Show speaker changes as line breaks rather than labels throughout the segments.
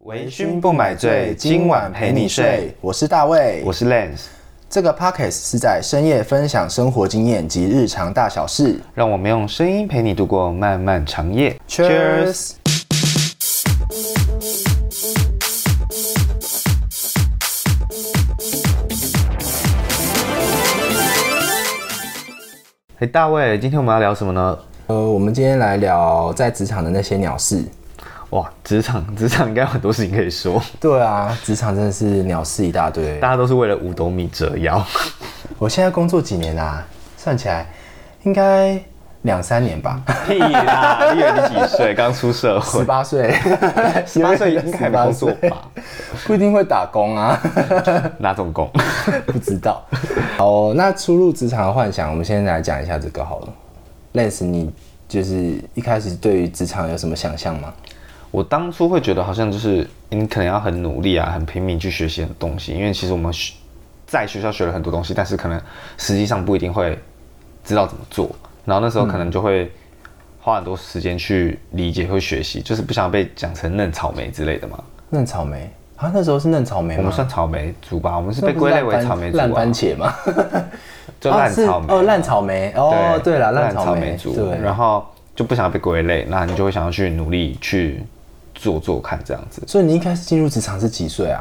微醺不买醉，今晚陪你睡。
我是大卫，
我是 Lance，
这个 podcast 是在深夜分享生活经验及日常大小事。
让我们用声音陪你度过漫漫长夜。
Cheers！
嘿，大卫，今天我们要聊什么呢？
呃，我们今天来聊在职场的那些鸟事。
哇，职场， 职场应该有很多事情可以说，
对啊，职场真的是鸟事一大堆。
大家都是为了五斗米折腰。
我现在工作几年啦、算起来应该两三年吧，
屁 啦！你以为你几岁？刚出社
十
会，
八岁，
十八岁应该还没工 作吧？
不一定会打工啊。
哪种工？
不知道。好哦，那初入职场的幻想，我们先来讲一下这个好了。Lance，你就是一开始对于职场有什么想象吗？
我当初会觉得好像就是你可能要很努力啊，很拼命去学习很多东西，因为其实我们学在学校学了很多东西，但是可能实际上不一定会知道怎么做。然后那时候可
嗯
能就会花很多时间去理解、会学习，就是不想被讲成嫩草莓之类的嘛。
嫩草莓啊，那时候是嫩草莓吗？
我们算草莓族吧，我们是被
那不
归
是
类
烂
为
番
草莓族、
烂
啊
番，茄吗？
就
啊
烂
是
草莓、
哦，烂草莓哦，对了，烂
烂
草莓
莓族，
对，
然后就不想要被归类，那你就会想要去努力去做做看这样子。
所以你一开始进入职场是几岁啊？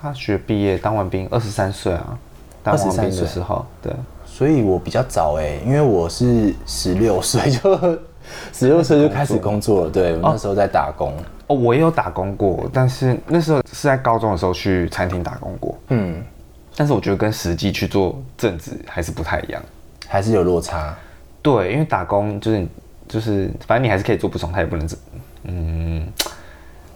大学毕业当完兵，二十三岁啊，当完兵的时候，对，
所以我比较早哎、因为我是十六岁就 十六岁就开始工作了，对，我那时候在打工。
哦，我也有打工过，但是那时候是在高中的时候去餐厅打工过，
嗯，
但是我觉得跟实际去做正职还是不太一样，
还是有落差。
对，因为打工就是就是，反正你还是可以做不爽，他也不能，嗯，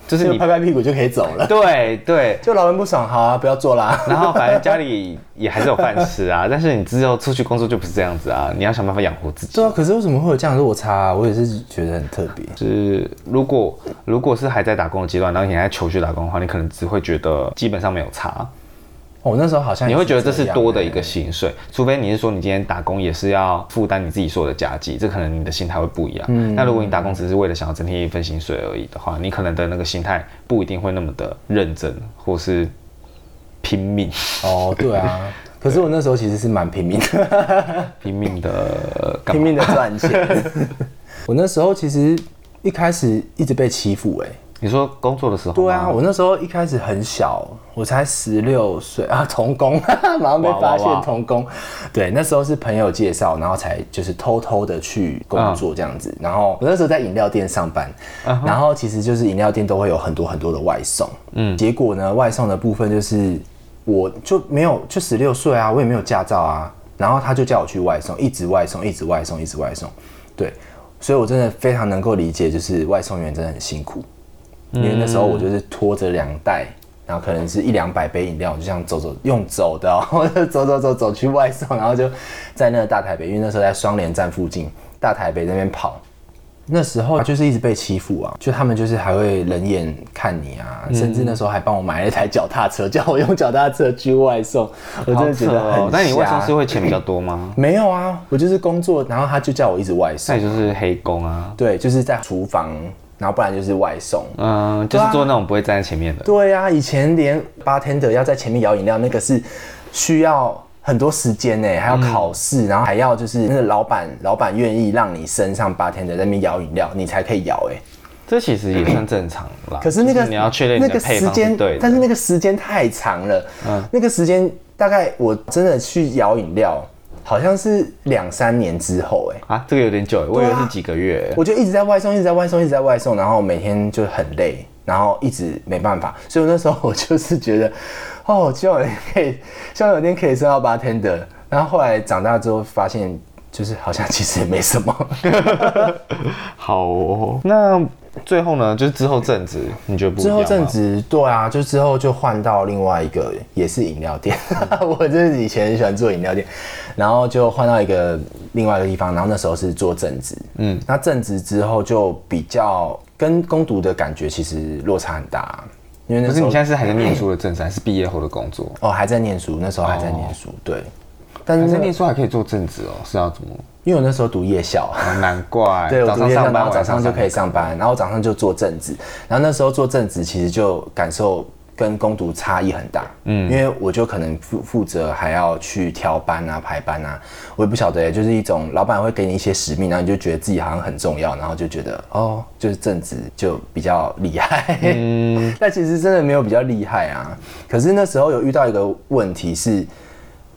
就是
就
你
拍拍屁股就可以走了，
对对，
就老人不爽，好啊，不要做啦。
然后反正家里也还是有饭吃啊，但是你之后出去工作就不是这样子啊，你要想办法养活自己。
对啊，可是为什么会有这样的落差、啊？我也是觉得很特别。
就是如果如果是还在打工的阶段，然后你还在求学打工的话，你可能只会觉得基本上没有差，
哦我、那时候好像
你
也
会觉得这
这
是
样
多的
欸
一个薪水，除非你是说你今天打工也是要负担你自己所有的家计，这可能你的心态会不一样。
嗯
那如果你打工只是为了想要增添一份薪水而已的话，你可能的那个心态不一定会那么的认真或是拼 命
哦，对 啊。可是我那时候其实是蛮拼命的，
拼命的干
拼
嘛？
命的赚钱。 我那时候其实一开始一直被欺负、欸，哎，
你说工作的时候吗
对啊，我那时候一开始很小，我才十六岁 啊，童工，马上被发
哇哇
现童工。对，那时候是朋友介绍，然后才就是偷偷的去工
嗯
作这样子。然后我那时候在饮料店上班，然后其实就是饮料店都会有很多很多的外送。嗯，结果呢，外送的部分就是我就没有，就十六岁啊，我也没有驾照啊，然后他就叫我去外送，一直外送，一直外送，一直外送。对，所以我真的非常能够理解，就是外送员真的很辛苦。因为那时候
嗯
我就是拖着两袋，然后可能是一两百杯饮料，我就这样走走用走的、哦， 我就走走走走去外送，然后就在那个大台北，因为那时候在双连站附近，大台北那边跑。那时候就是一直被欺负啊，就他们就是还会冷眼看你啊，甚
嗯
至那时候还帮我买了一台脚踏车， 叫我用脚踏车去外送，我真的觉得很瞎。
哦那你外送是会钱比较多吗？
没有啊，我就是工作，然后他就叫我一直外
那
送，
也就是黑工啊，
对，就是在厨房，然后不然就是外送，
嗯，
啊
就是做那种不会站在前面的。
对呀、以前连 bartender 要在前面摇饮料，那个是需要很多时间呢，还要考试，然后还要就是那个老板，老板愿意让你升上 bartender 在那边摇饮料，你才可以摇哎。
这其实也算正常啦。
可是那
就
个
你要确认你
那
的
个
配
时
方
间
是对，的，
但是那嗯个时间太长了，那个时间大概我真的去摇饮料，好像是两三年之后哎。
啊，这个有点久，我以为是几个月。
我就一直在外送，一直在外送，一直在外送，然后每天就很累，然后一直没办法，所以我那时候我就是觉得， 哦，希望有一天可以，希望有一天可以升到 bartender。然后后来长大之后发现，就是好像其实也没什么。
好哦，那最后呢，就是之后正职，你觉得不一
之
样吗
后正职，对啊，就之后就换到另外一个也是饮料店，
嗯
我就是以前很喜欢做饮料店，然后就换到一个另外一个地方，然后那时候是做正职，嗯，那正职之后就比较跟攻读的感觉其实落差很大、因为那
可
时
是
候
你现在是还在念书的正职，还是毕业后的工作？
哦还在念书，那时候还在念书，对，但
哦还
是
在
那
念书还可以做正职哦，是要怎么？
因为我那时候读夜校，
难怪。
对，我
早
读
上
夜校，
上
然
班，
后早
晚
上就可
以。
以上班，然后早上就做正职，然后那时候做正职其实就感受跟攻读差异很大，嗯，因为我就可能负负责还要去调班啊、排班啊，我也不晓得、就是一种老板会给你一些使命，然后你就觉得自己好像很重要，然后就觉得哦，就是正职就比较厉害，嗯， 但其实真的没有比较厉害啊。可是那时候有遇到一个问题是，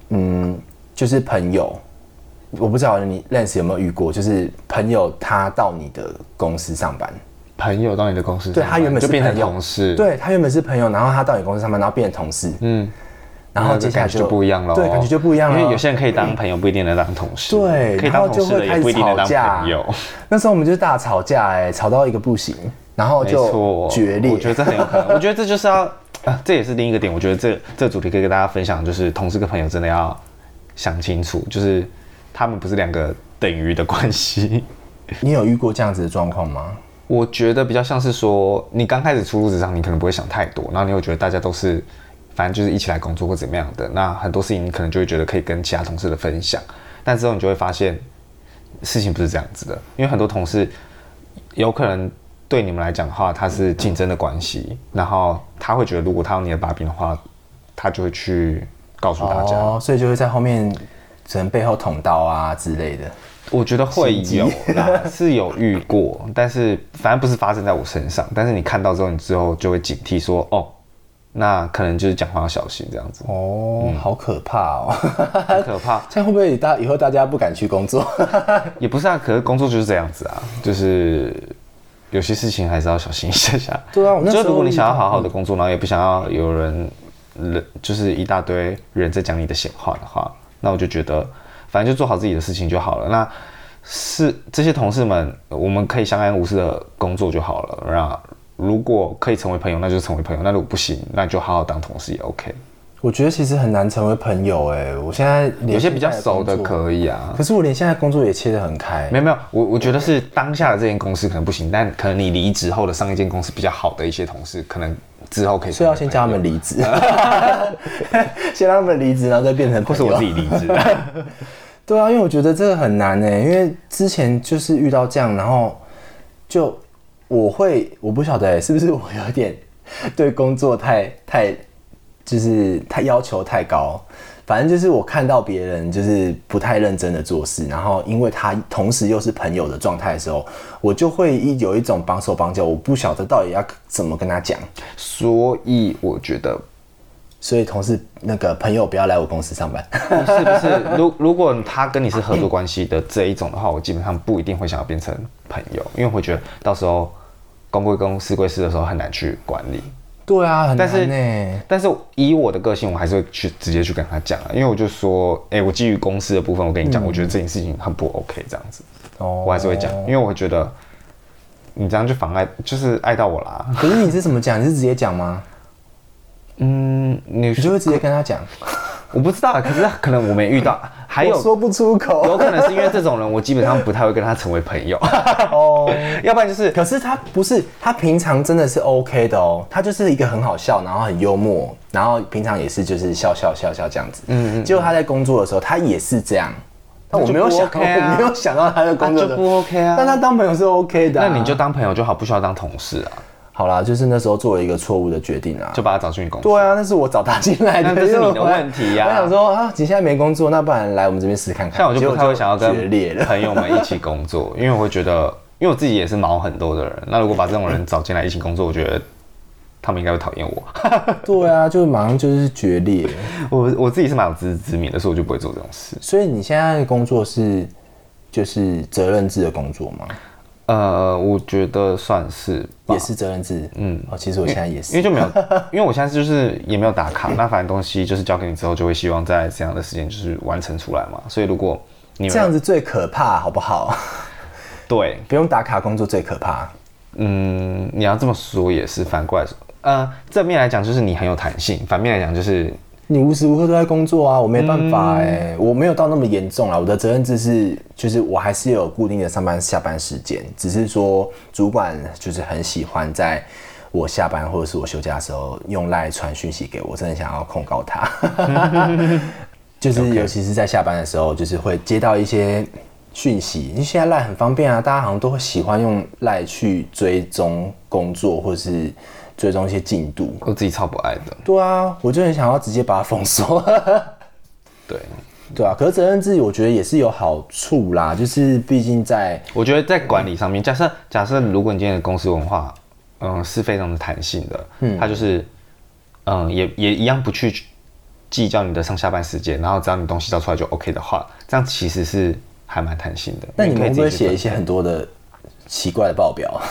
嗯，就是朋友，我不知道你认识有没有遇过，就是朋友他到你的公司上班，
朋友到你的公司上班，
对他原本是
就变成
朋友
同事，，
对他原本是朋友，然后他到你公司上班，然后变成同事，嗯，然后接下来
感觉就不一样了，哦
对，感觉就不一样了。
因为有些人可以当朋友，不一定能当同事；
对
可以
然后
当同
就
事的
会
也
开
不一
始
定能
吵
当
架
朋友。
那时候我们就是大吵架、哎，吵到一个不行，然后
没
就
错，
决
我觉得
裂。
这很有可能。我觉得这就是要，啊，这也是另一个点。我觉得这这主题可以跟大家分享，就是同事跟朋友真的要想清楚，就是他们不是两个等于的关系。
你有遇过这样子的状况吗？
我觉得比较像是说，你刚开始初入职场，你可能不会想太多，然后你会觉得大家都是，反正就是一起来工作或怎么样的。那很多事情你可能就会觉得可以跟其他同事的分享，但之后你就会发现，事情不是这样子的，因为很多同事有可能对你们来讲的话，他是竞争的关系，然后他会觉得如果他有你的把柄的话，他就会去告诉大家。
哦，所以就会在后面只能背后捅刀啊之类的。
我觉得会有啦，是有遇过，但是反正不是发生在我身上。但是你看到之后，你之后就会警惕说，哦，那可能就是讲话要小心这样子，
哦，好可怕哦！
很可怕。
这样会不会大以后大家不敢去工作？
也不是啊，可是工作就是这样子啊，就是有些事情还是要小心一下下。
对啊我那时
就
候
如果你想要好好的工作，然后也不想要有人人就是一大堆人在讲你的闲话的话，那我就觉得反正就做好自己的事情就好了。那是这些同事们，我们可以相安无事的工作就好了。那如果可以成为朋友，那就成为朋友；那如果不行，那就好好当同事也 OK。
我觉得其实很难成为朋友哎、我现在连
有些比较
现在工
熟的
作，
可以啊，
可是我连现在工作也切得很开
没。有没有，我我觉得是当下的这间公司可能不行，但可能你离职后的上一间公司比较好的一些同事，可能之后可以成
所以
为
要
朋友。
先叫他们离职， 先让他们离职，然后再变成
或
朋
是
友。
我自己离职，
啊对啊，因为我觉得这个很难呢，因为之前就是遇到这样，然后就我会，我不晓得欸是不是我有点对工作太太就是太要求太高，反正就是我看到别人就是不太认真的做事，然后因为他同时又是朋友的状态的时候，我就会一有一种绑手绑脚，我不晓得到底要怎么跟他讲，
所以我觉得
所以同事那个朋友不要来我公司上班。
不是不是，如如果他跟你是合作关系的这一种的话，我基本上不一定会想要变成朋友，因为我会觉得到时候公归公，私归私的时候很难去管理。
对啊，很
但是
难呢。
但是以我的个性，我还是会去直接去跟他讲啊，因为我就说，哎、我基于公司的部分，我跟你讲，我觉得这件事情很不 OK，这样子。
嗯哦
我还是会讲，因为我会觉得你这样就妨碍，就是爱到我啦。
可是你是怎么讲？你是直接讲吗？
嗯，你
你就会直接跟他讲，
我不知道，啊可是可能我没遇 到，还
我
有
说不哦出口
有可能是因为这种人，我基本上不太会跟他成为朋友，
哦。
要不然就是
可是他不是，他平常真的是 OK 的哦，他就是一个很好笑，然后很幽默，然后平常也是就是笑笑笑笑这样子。嗯嗯。结果他在工作的时候，他也是这样，但我没有想到，
那就不 OK 啊
我没有想到他在工作
那
的
就不 OK 啊
但他当朋友是 OK 的啊、
那你就当朋友就好，不需要当同事啊，
好啦，就是那时候做了一个错误的决定啊。
就把他找进去公司。
对啊，那是我找他进来的，
那这是
因为
你的
我
问题呀
我想说啊，你现在没工作，那不然来我们这边试试看看。
像我就不太会
结果
想要
决
跟
裂了。
朋友们一起工作，因为我会觉得，因为我自己也是毛很多的人，那如果把这种人找进来一起工作，我觉得他们应该会讨厌我。
对啊，就马上就是决裂。
我我自己是蛮有自知之明的，所以我就不会做这种事。
所以你现在的工作是就是责任制的工作吗？
呃，我觉得算是吧
也，是责任制。嗯，哦，其实我现在也
因为
是。
就没有，因为我现在就是也没有打卡，那反正东西就是交给你之后，就会希望在这样的时间就是完成出来嘛。所以如果你们
这样子最可怕，好不好？
对，
不用打卡工作最可怕。
嗯，你要这么说也是，反过来说，呃，正面来讲就是你很有弹性，反面来讲就是
你无时无刻都在工作啊，我没办法哎、我没有到那么严重啊。我的责任制是，就是我还是有固定的上班下班时间，只是说主管就是很喜欢在我下班或者是我休假的时候用赖传讯息给我，真的想要控告 他。就是尤其是在下班的时候，就是会接到一些讯息，因为现在赖很方便啊，大家好像都会喜欢用赖去追踪工作或是追踪一些进度。
我自己超不爱的。
对啊，我就很想要直接把它封锁。
对，
对啊，可是责任制我觉得也是有好处啦，就是毕竟在
我觉得在管理上面，假设假设如果你今天的公司文化，嗯，是非常的弹性的，嗯，它就是，嗯，也也一样不去计较你的上下班时间，然后只要你东西交出来就 OK 的话，这样其实是还蛮弹性的。
那你们
可以
会
自
不
己
会
去分哦
写一些很多的奇怪的报表？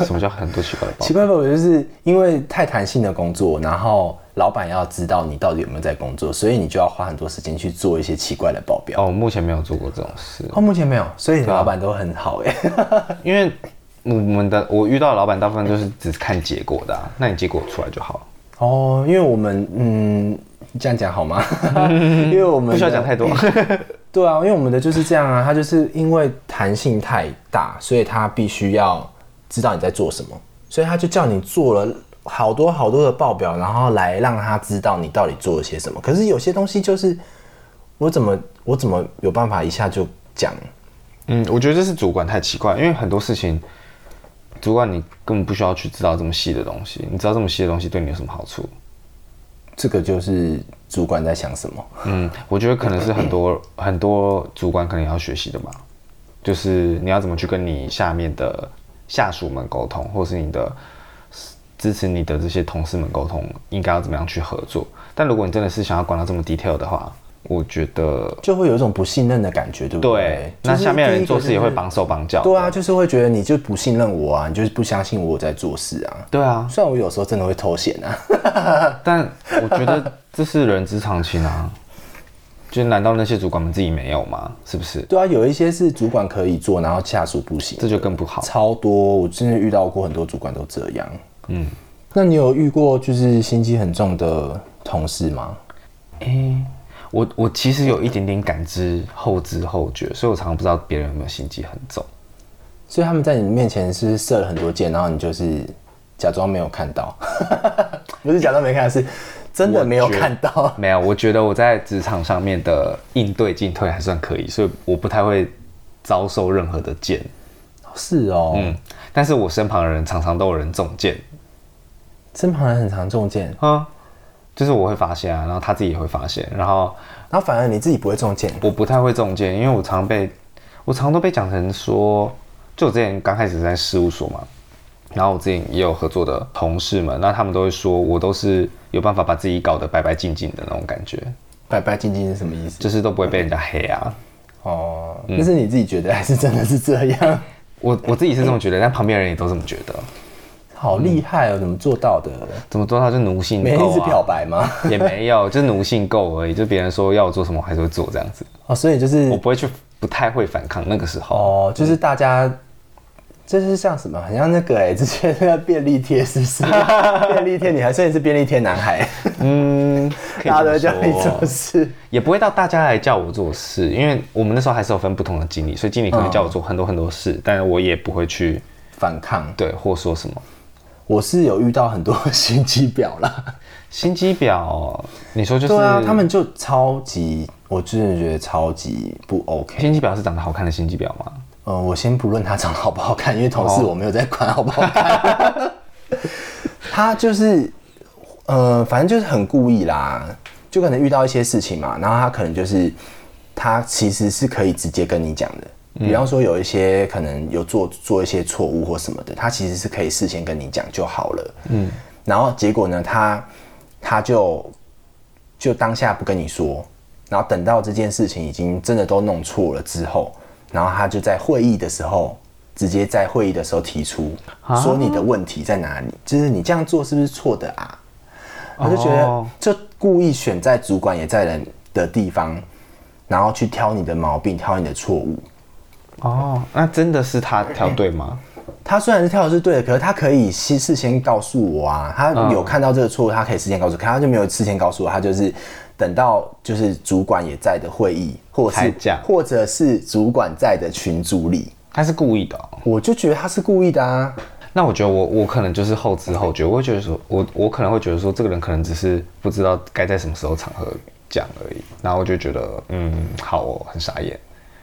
什么叫很多奇怪的报
奇？怪的报表就是因为太弹性的工作，然后老板要知道你到底有没有在工作，所以你就要花很多时间去做一些奇怪的报表。
哦，我目前没有做过这种事，
哦，目前没有，所以
啊
你的老板都很好哎、
因为我们的我遇到的老板大部分都是只看结果的、啊，那你结果出来就好了。
哦，因为我们嗯，这样讲好吗？ 因为我们
不需要
的
讲太多，
对啊，因为我们的就是这样啊，它就是因为弹性太大，所以它必须要知道你在做什么，所以他就叫你做了好多好多的报表，然后来让他知道你到底做了些什么。可是有些东西就是我怎么我怎么有办法一下就讲？
嗯，我觉得这是主管太奇怪，因为很多事情，主管你根本不需要去知道这么细的东西，你知道这么细的东西对你有什么好处？
这个就是主管在想什么？
嗯，我觉得可能是很多很多主管可能也要学习的吧，就是你要怎么去跟你下面的下属们沟通，或是你的支持你的这些同事们沟通，应该要怎么样去合作。但如果你真的是想要管到这么 detail 的话，我觉得
就会有一种不信任的感觉，对不
对，那
就是
下面的人
第一个
做事也
就是
会绑手绑脚。
对啊，就是会觉得你就不信任我啊，你就是不相信我在做事啊。
对啊，
虽然我有时候真的会偷闲啊，
但我觉得这是人之常情啊。就难道那些主管们自己没有吗？是不是？
对啊，有一些是主管可以做，然后下属不行，
这就更不好。
超多。我真的遇到过很多主管都这样。嗯，那你有遇过就是心机很重的同事吗？
我我其实有一点点感知后知后觉，所以我常常不知道别人有没有心机很重。
所以他们在你面前是射了很多箭，然后你就是假装没有看到， 不是假装没看到，是真的没有看到。
没有，我觉得我在职场上面的应对进退还算可以，所以我不太会遭受任何的箭。
是哦，
嗯，但是我身旁的人常常都有人中箭
身旁人很常中箭，
啊，就是我会发现啊，然后他自己也会发现，然后
然后反而你自己不会中箭。
我不太会中介，因为我常被我常都被讲成说，就我之前刚开始在事务所嘛，然后我之前也有合作的同事们，那他们都会说我都是有办法把自己搞得白白净净的那种感觉，
白白净净是什么意思？
就是都不会被人家黑啊。
哦，那、是你自己觉得还是真的是这样？
我我自己是这么觉得，但旁边的人也都这么觉得。
好厉害哦，怎么做到的？
怎么做到就奴性
每天
够
是漂
啊？
白吗？
也没有，就奴性够而已。就别人说要我做什么，我还是会做这样子。
哦，所以就是
我不嗯会去，不太会反抗。那个时候，
哦，就是大家，这是像什么？很像那个哎、 之前那个便利贴是 不是？便利贴女孩，所以你是便利贴男孩，
嗯，可以
大家都
这
会
么
叫你
说
做事。
也不会到大家来叫我做事，因为我们那时候还是有分不同的经理，所以经理可能叫我做很多很多事，但我也不会去
反抗，
对或说什么。
我是有遇到很多心机婊啦。
心机婊，你说就是
对啊，他们就超级，我真的觉得超级不 OK。
心机婊是长得好看的心机婊吗？
呃，我先不论她长得好不好看，因为同事我没有在管好不好看。 她就是，呃，反正就是很故意啦，就可能遇到一些事情嘛，然后她可能就是，她其实是可以直接跟你讲的。比方说有一些可能有做做一些错误或什么的，她其实是可以事先跟你讲就好了。嗯，然后结果呢，她她就就当下不跟你说，然后等到这件事情已经真的都弄错了之后，然后他就在会议的时候，直接在会议的时候提出说你的问题在哪里，就是你这样做是不是错的啊？我就觉得
哦
就故意选在主管也在人的地方，然后去挑你的毛病，挑你的错误。
哦，那真的是他挑对吗？
他虽然是跳的是对的，可是他可以事事先告诉我啊，他
嗯
有看到这个错误，他可以事先告诉我，可他就没有事先告诉我，他就是等到就是主管也在的会议，或者
才
是
讲
或者是主管在的群组里，
他是故意的哦、
我就觉得他是故意的啊。
那我觉得我我可能就是后知后觉，我会觉得说，我我可能会觉得说，这个人可能只是不知道该在什么时候场合讲而已，然后我就觉得嗯，好哦，很傻眼。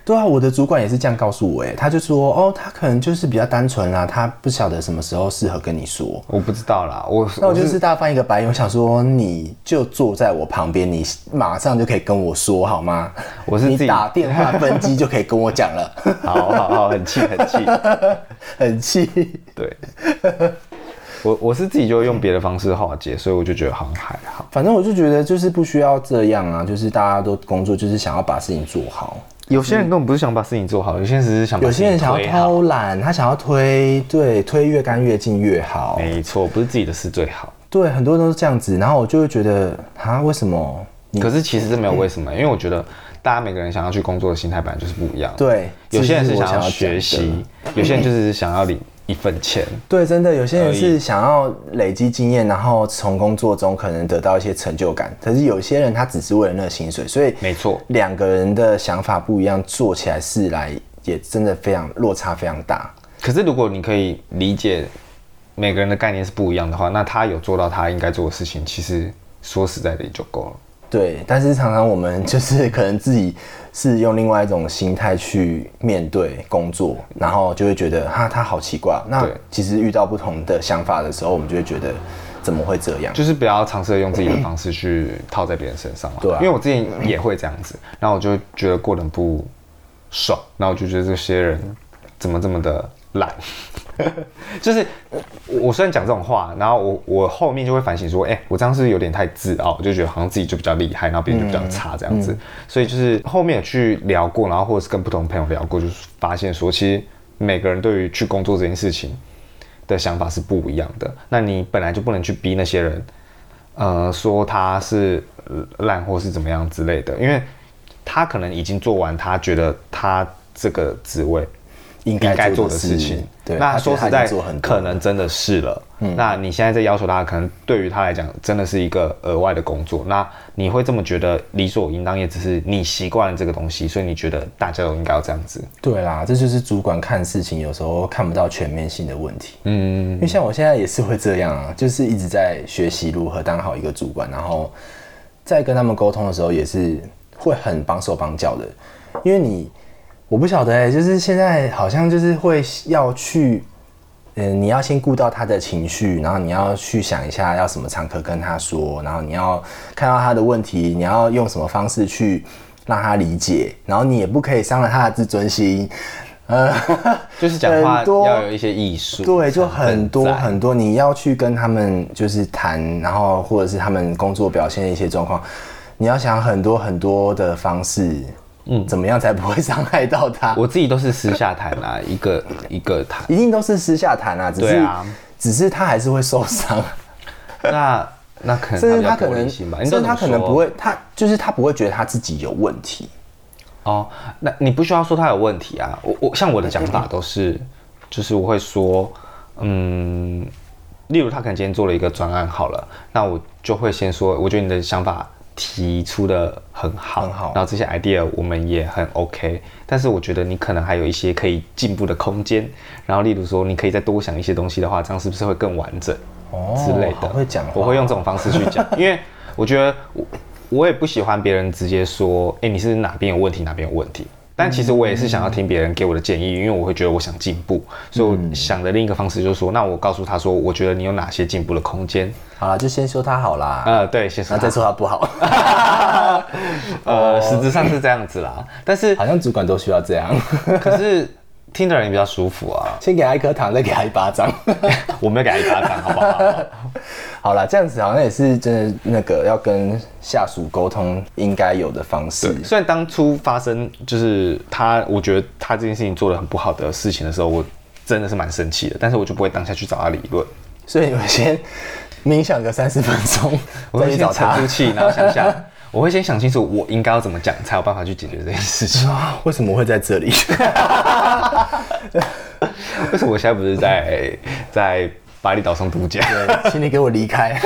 对啊，我的主管也是这样告诉我，哎，他就说，哦，他可能就是比较单纯啦，他不晓得什么时候适合跟你说。
我不知道啦，我
那我就是大翻一个白眼，我想说，你就坐在我旁边，你马上就可以跟我说好吗？
我是自己
你打电话分机就可以跟我讲了，
好好好，很气很气，
很气。
对。 我我是自己就会用别的方式化解，所以我就觉得好像还好。
反正我就觉得就是不需要这样啊，就是大家都工作就是想要把事情做好，
有些人根本不是想把事情做嗯好，有些人只是想把
有
事
些
情
人想
推
要
好
偷懒，他想要推，对，推越干越近越好，
没错，不是自己的事最好。
对，很多人都是这样子，然后我就会觉得啊，为什么你
可是其实这没有为什么，因为我觉得大家每个人想要去工作的心态本来就是不一样。，
对？
有些人
这
是
就我
想要
想讲
学
的
习，有些人就是想要领一份钱。
对，真的有些
而
人
已
是想要累积经验，然后从工作中可能得到一些成就感。可是有些人他只是为了那个薪水，所以
没错
两个人的想法不一样，做起来事来也真的非常落差非常大。
可是如果你可以理解每个人的概念是不一样的话，那他有做到他应该做的事情，其实说实在的也就够了。
对，但是常常我们就是可能自己是用另外一种心态去面对工作，然后就会觉得哈他好奇怪。那
对
其实遇到不同的想法的时候，我们就会觉得怎么会这样？
就是不要尝试用自己的方式去套在别人身上了。
对啊
因为我之前也会这样子，然后我就觉得过得很不爽，然后我就觉得这些人怎么这么的懒。 就是我我虽然讲这种话，然后我我后面就会反省说，哎、我这样是不是有点太自傲，我就觉得好像自己就比较厉害，然后别人就比较差这样子。
嗯
所以就是后面有去聊过，然后或者是跟不同朋友聊过，就是发现说，其实每个人对于去工作这件事情的想法是不一样的。那你本来就不能去逼那些人，呃，说他是呃烂或是怎么样之类的，因为他可能已经做完，他觉得他这个职位
应
应该
该
做
做
的
的
事
事
情。
对，
那
他觉
说
得他
实
已经
在
做很，多
可
了嗯
能真的是了。那你现在在要求他，可能对于他来讲，真的是一个额外的工作。那你会这么觉得理所应当，也只是你习惯了这个东西，所以你觉得大家都应该要这样子。
对啦，这就是主管看事情有时候看不到全面性的问题。嗯，因为像我现在也是会这样啊， 就是一直在学习如何当好一个主管，然后在跟他们沟通的时候也是会很绑手绑脚的，因为你我不晓得哎、就是现在好像就是会要去。嗯，你要先顾到他的情绪，然后你要去想一下要什么场合跟他说，然后你要看到他的问题，你要用什么方式去让他理解，然后你也不可以伤了他的自尊心。呃，
就是讲话
很多
要有一些艺术成分在，
对，就很多很多，你要去跟他们就是谈，然后或者是他们工作表现的一些状况，你要想很多很多的方式，嗯，怎么样才不会伤害到他？
我自己都是私下谈啦、 一个一个谈。
一定都是私下谈啊，只
对
是、
啊
只是他还是会受伤。
那那可能
甚至
比
他
较
可
玻璃
能，
心吧，
甚
你懂
至他
怎
可
么
能
说
不会，他就是他不会觉得他自己有问题。
哦，那你不需要说他有问题啊。我我像我的讲法都是，就是我会说，嗯，例如他可能今天做了一个专案好了，那我就会先说，我觉得你的想法提出的很好，
很好
然后这些 idea 我们也很 OK，但是我觉得你可能还有一些可以进步的空间。然后例如说，你可以再多想一些东西的话，这样是不是会更完整？
哦
之类
好
的，
会讲话
我会用这种方式去讲， 因为我觉得我我也不喜欢别人直接说，哎、你是哪边有问题，哪边有问题。但其实我也是想要听别人给我的建议，因为我会觉得我想进步，所以
嗯
我想的另一个方式就是说，那我告诉他说，我觉得你有哪些进步的空间。
好了，就先说他好啦，
呃，对，先说
然后再说他不好，哦
呃，实质上是这样子啦，但 是
好像主管都需要这样，
可是听的人也比较舒服啊。
先给他一颗糖，再给他一巴掌。
我没有给他一巴掌，好不好？
好啦，这样子好像也是真的那个要跟下属沟通应该有的方式。
虽然当初发生就是他，我觉得他这件事情做的很不好的事情的时候，我真的是蛮生气的，但是我就不会当下去找他理论，
所以你们先冥想个三十分 钟，
我
再
会
去
先
找他
沉住。气，然后想想， 我会先想清楚我应该要怎么讲，才有办法去解决这件事 情。
啊，为什么会在这里？
为什么我现在不是在在巴厘岛上度假？
对请你给我离开，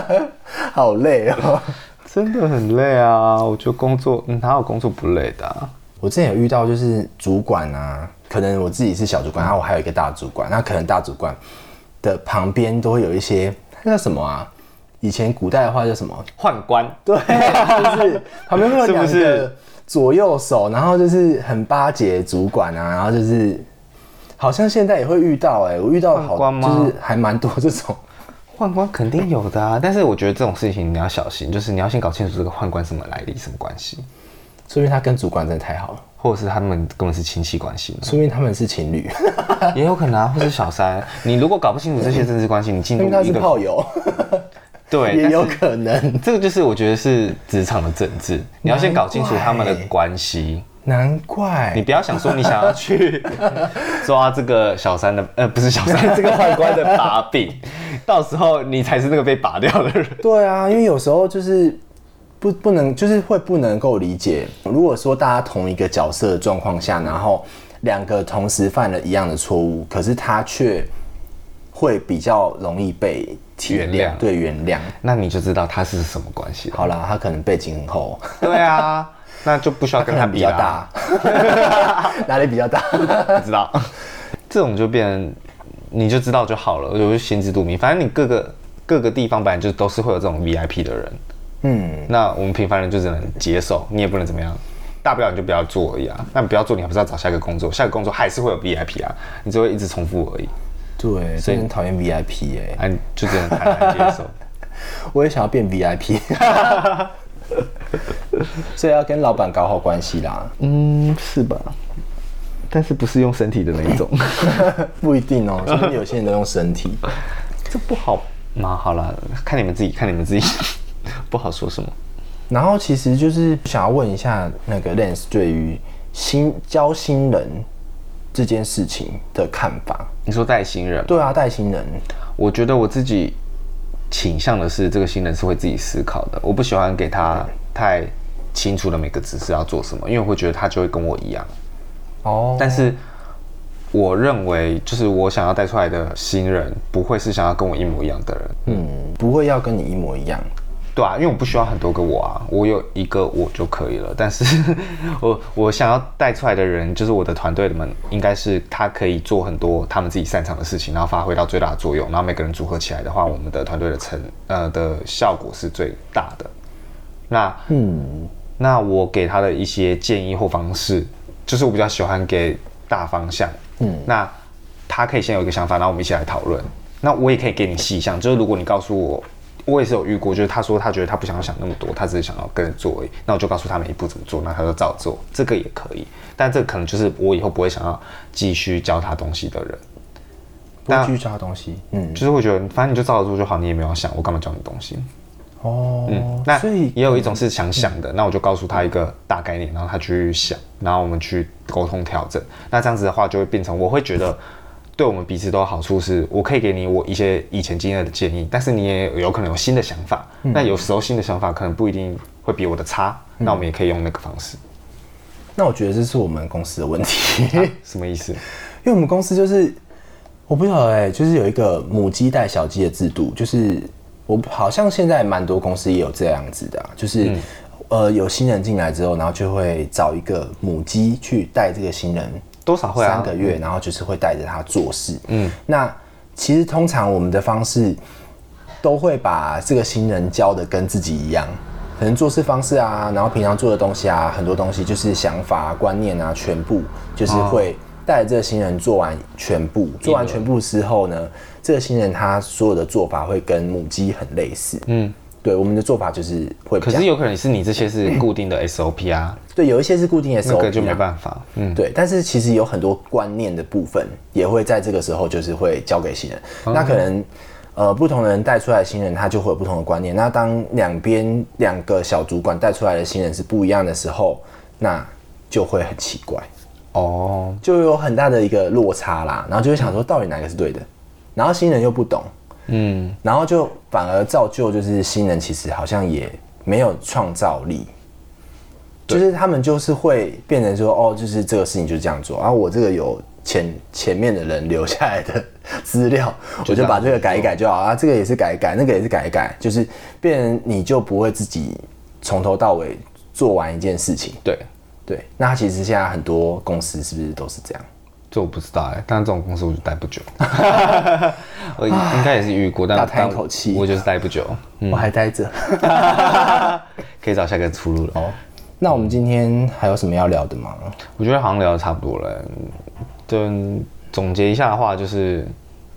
好累哦。
真的很累啊！我就工作，嗯哪有工作不累的、啊？
我之前有遇到，就是主管啊，可能我自己是小主管，然后我还有一个大主管，那可能大主管的旁边都会有一些那叫什么啊？以前古代的话叫什么？
宦官，
对，就是旁边会有
是不
两
是
个左右手，然后就是很巴结主管啊，然后就是好像现在也会遇到哎、我遇到
宦官
好
吗
就是还蛮多这种，
宦官肯定有的啊，但是我觉得这种事情你要小心，就是你要先搞清楚这个宦官什么来历、什么关系，
说明他跟主管真的太好了，
或者是他们根本是亲戚关系
说明他们是 情侣，
呢，也有可能啊，或是小三。你如果搞不清楚这些政治关系，你进
因
入
为他
一
是
个
炮友，
对，
也
但
有
是
可能。
这个就是我觉得是职场的政治，你要先搞清楚他们的关系。
难怪
你不要想说你想要去抓这个小三的，呃，不是小三，这个宦官的把柄，到时候你才是那个被拔掉的人。
对啊，因为有时候就是不不能，就是会不能够理解。如果说大家同一个角色的状况下，然后两个同时犯了一样的错误，可是他却会比较容易被体
原谅
对原谅。
那你就知道他是什么关系了。
好啦，他可能背景很厚，
对啊，那就不需要跟他
比
比
较
啦。
大， 哪里比较大？
不知道， 这种就变成你就知道就好了，我就心知肚明。反正你各个各个地方本来就都是会有这种 VIP 的人，
嗯，
那我们平凡人就只能接受，你也不能怎么样。大不了你就不要做而已啊，那你不要做，你还不是要找下一个工作？下一个工作还是会有 VIP 啊，你只会一直重复而已，
对，所以很讨厌 VIP 哎、
啊，你就只能坦然接受。
我也想要变 VIP，所以要跟老板搞好关系啦。
嗯，是吧？但是不是用身体的那一种，
不一定哦，说不定有些人都用身体。
这不好吗？好啦，看你们自己，看你们自己， 不好说什么。
然后其实就是想要问一下那个 Lens 对于新教新人这件事情的看法。
你说带新人，
对啊，带新人，
我觉得我自己倾向的是，这个新人是会自己思考的。我不喜欢给他太清楚的每个指示要做什么，因为我会觉得他就会跟我一样。
哦，
但是我认为，就是我想要带出来的新人，不会是想要跟我一模一样的人，
嗯，不会要跟你一模一样。
对啊，因为我不需要很多个我啊，我有一个我就可以了。但是 我我想要带出来的人，就是我的团队们，应该是他可以做很多他们自己擅长的事情，然后发挥到最大的作用，然后每个人组合起来的话，我们的团队的成呃的效果是最大的。那
嗯，
那我给他的一些建议或方式，就是我比较喜欢给大方向。嗯，那他可以先有一个想法，然后我们一起来讨论。那我也可以给你细项，就是如果你告诉我，我也是有遇过，就是他说他觉得他不想要想那么多，他只是想要跟着做而已。那我就告诉他每一步怎么做，那他就照做，这个也可以。但这可能就是我以后不会想要继续教他东西的人，
不会去抓东西。嗯，
就是会觉得反正你就照着做就好，你也没有想我干嘛教你东西。
哦，
嗯那
所以嗯
也有一种是想想的，那我就告诉他一个大概念，然后他去想，然后我们去沟通调整。那这样子的话，就会变成我会觉得对我们彼此都有好处是，我可以给你我一些以前经验的建议，但是你也有可能有新的想法。
嗯
那有时候新的想法可能不一定会比我的差，那我们也可以用那个方 式。
那我觉得这是我们公司的问题，
什么意思？
因为我们公司就是我不晓得哎、就是有一个母鸡带小鸡的制度，就是我好像现在蛮多公司也有这样子的啊、就是、
嗯
呃有新人进来之后，然后就会找一个母鸡去带这个新人
多少会
三
啊
个？月，然后就是会带着他做事。嗯，那其实通常我们的方式都会把这个新人教的跟自己一样，可能做事方式啊，然后平常做的东西啊，很多东西就是想法、观念啊，全部就是
哦
会带着这个新人做完全部，做完全部之后呢，这个新人他所有的做法会跟母鸡很类似。嗯，对，我们的做法就是会比
可
较
是有可能是你这些是固定的 SOP 啊，
对，有一些是固定的 SOP，、
这
啊、
个就没办法。嗯，
对，但是其实有很多观念的部分也会在这个时候就是会交给新人，那可能。呃，不同的人带出来的新人，他就会有不同的观念。那当两边两个小主管带出来的新人是不一样的时候，那就会很奇怪，
哦，
就有很大的一个落差啦。然后就会想说，到底哪个是对的？然后新人又不懂，嗯，然后就反而造就就是新人其实好像也没有创造力，就是他们就是会变成说，哦，就是这个事情就是这样做，然、啊后我这个有前前面的人留下来的 资料，我就把这个改一改就好啊，这个也是改一改，那个也是改一改，就是变成你就不会自己从头到尾做完一件事情。
对，
对，那其实现在很多公司是不是都是这样？
这我不知道哎、但这种公司我就待不 久，我应该也是遇过，但
大叹一
但
口气
我就是待不久，
我还待着。
可以找下个出路了。
哦， 那我们今天还有什么要聊的吗？
我觉得好像聊的差不多了。就总结一下的话，就是，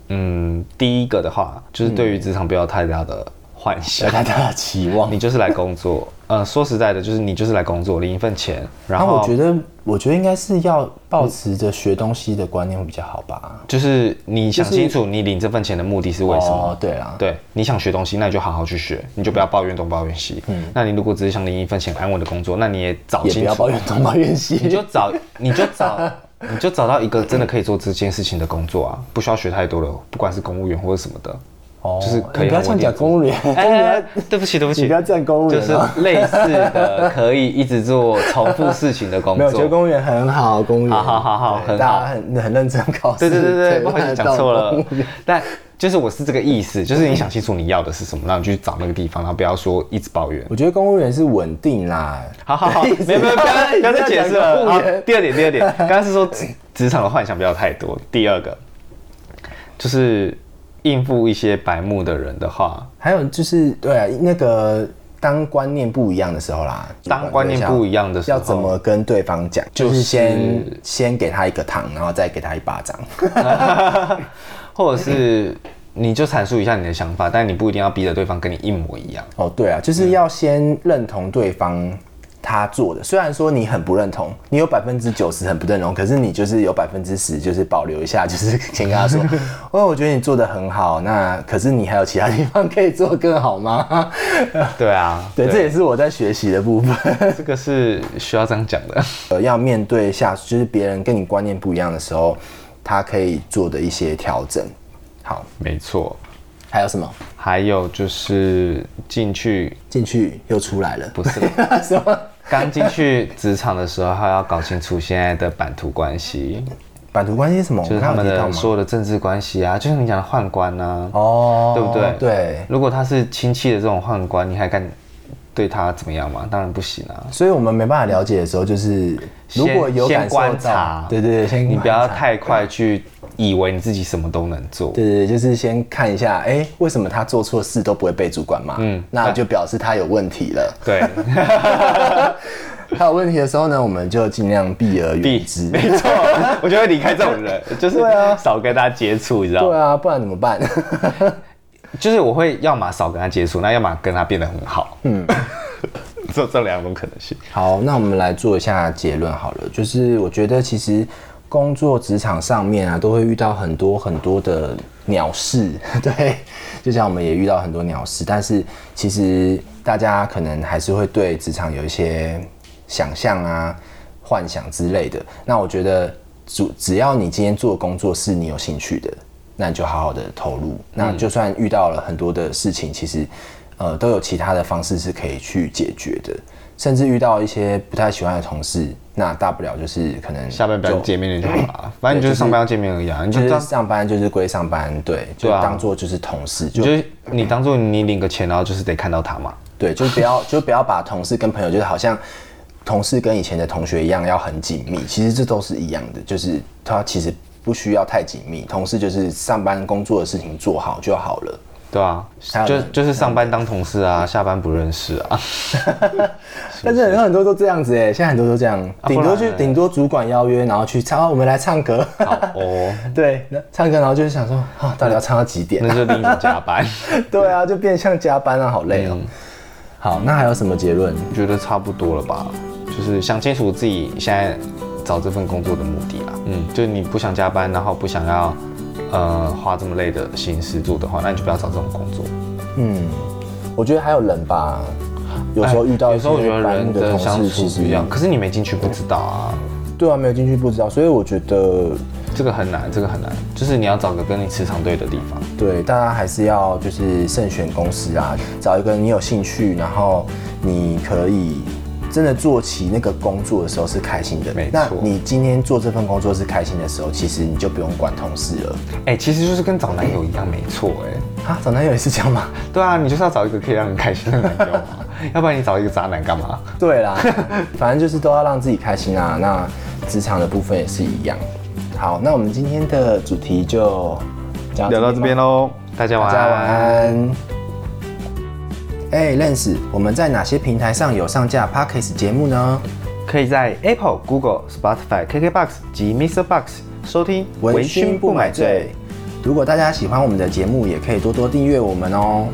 嗯，第一个的话，就是对于职场不要太大的幻
不要
想，
太大的期望。
你就是来工作。呃，说实在的，就是你就是来工作，领一份钱， 然
那
后、
我觉得，我觉得应该是要保持着学东西的观念会比较好吧。
就是你想清楚，你领这份钱的目的是为什么？
哦，对啦，
对，你想学东西，那你就好好去学，你就不要抱怨东抱怨西。嗯，那你如果只是想领一份钱安稳的工作，那你也找
也不
清
要
楚，
抱怨东抱怨西。
你就找，你就找，你就找到一个真的可以做这件事情的工作啊，不需要学太多的，不管是公务员或者什么的。
哦
就是可以
你不要
很稳
这样讲
定
公务员，
哎哎，哎对不起，对不起，
你不要这样公务员
就是
啊
类似的，可以一直做重复事情的工
没有，我觉得
作。
公务员很好，公务员
好好好好
对
很
大
好
家很很认真考
对
试，
对对对，不好 意
看
思
得
讲
到
错
公
了
务员。
但就是我是这个意思，就是你想清楚你要的是什么，然后你去找那个地方，然后不要说一直抱怨。
我觉得公务员是稳定啦，
好好好，没有没有，不要不要再解释了。好，第二点，第二点， 刚刚是说职职场的幻想不要太多。第二个就是应付一些白目的人的话，
还有就是对啊，那个当观念不一样的时候啦，
当观念不一样的时候
要怎么跟对方讲？就是
是
先先给他一个糖，然后再给他一巴掌。
或者是你就阐述一下你的想法，但你不一定要逼着对方跟你一模一 样。
哦，对啊，
嗯
就是要先认同对方他做的，虽然说你很不认同，你有百分之九十很不认同，可是你就是有百分之十就是保留一下，就是先跟 他说，哦，我觉得你做的很好，那可是你还有其他地方可以做更好吗？
对啊，
对，这也是我在学习的部分。
这个是需要这样讲 的。
呃，要面对下就是别人跟你观念不一样的时候，他可以做的一些调整。好，
没错，
还有什么？
还有就是进去
进去又出来了，
不是
什么？
刚进去职场的时候，还要搞清楚现在的版图关系。
版图关系是什么？
就是
我刚
他们
刚有提到
的
吗
所有的政治关系啊，就像你讲的宦官啊，
哦，
对不对
对。
如果他是亲戚的这种宦官，你还敢对他怎么样吗？当然不行啊！
所以我们没办法了解的时候，就是
先
如果有感
先
受到
观察
对对对，先
你不
观
要
察，
太快去以为你自己什么都能做。
对对对，就是先看一下，哎，为什么他做错事都不会被主管骂？嗯，那就表示他有问题 了。
对，
他有问题的时候呢，我们就尽量避而
必
远之。
没错，我就会离开这种 人，就是啊少跟他接触，你知道
对
吗？
啊，不然怎么办？
就是我会要么少跟他接触，那要么跟他变得很好。嗯， 这这两种可能性。
好，那我们来做一下结论好了，就是我觉得其实工作职场上面啊，都会遇到很多很多的鸟事， 对，就像我们也遇到很多鸟事，但是其实大家可能还是会对职场有一些想象啊、幻想之类的。那我觉得只只要你今天做的工作是你有兴趣的，那你就好好的投入。那
嗯
就算遇到了很多的事情，其实呃都有其他的方式是可以去解决的。甚至遇到一些不太喜欢的同事，那大不了就是可能
下班不要
就
见面就好了，反正你就是上班要见面而已啊。你就
就
当
是上班就是归上班，对，就
对啊
当做就是同事，就
就是你当做你领个钱，然后就是得看到他嘛。
对，就不要 就不要把同事跟朋友就是好像同事跟以前的同学一样要很紧密，其实这都是一样的，就是他其实不需要太紧密，同事就是上班工作的事情做好就好了。
对啊
还，有
就
呢
就是上班当同事啊，下班不认识啊。
但是很多很多都这样子哎，现在很多都这样，顶
啊不
多
然
去
呢
顶多主管邀约，然后去唱，啊我们来唱歌，
好哦，
对，那唱歌然后就是想说啊，到底要唱到几点？
那就另一种加 班，
对啊，就变相加班啊，好累
嗯
哦。好，那还有什么结论？
觉得差不多了吧？就是想清楚自己现在找这份工作的目的啦。嗯，就是你不想加班，然后不想要呃花这么累的心思做的话，那你就不要找这种工作。
嗯我觉得还有人吧，有时候遇到
哎有
一
时
些
候我觉得
白目
人的
同
相
事，
处
其
不
实
一样，可是你没进去不知道啊，
对啊，没有进去不知道，所以我觉得
这个很难，这个很难，就是你要找个跟你磁场对的地方。
对大家还是要就是慎选公司啊，找一个你有兴趣，然后你可以真的做起那个工作的时候是开心的。
没错
那你今天做这份工作是开心的时候，其实你就不用管同事了。
哎、其实就是跟找男友一样，没错哎、
啊，找男友也是这样吗？
对啊，你就是要找一个可以让你开心的男友 啊，要不然你找一个渣男干嘛？
对啦， 反正就是都要让自己开心啊。那职场的部分也是一样。好，那我们今天的主题就讲
聊到
边
这
吗
边喽，大家
大
晚
家
安。
晚安。哎，Lens，我们在哪些平台上有上架 Podcast 节目呢？。
可以在 Apple、Google、Spotify、KKBox 及 Mr. Box 收听《
如果大家喜欢我们的节目，也可以多多订阅我们哦。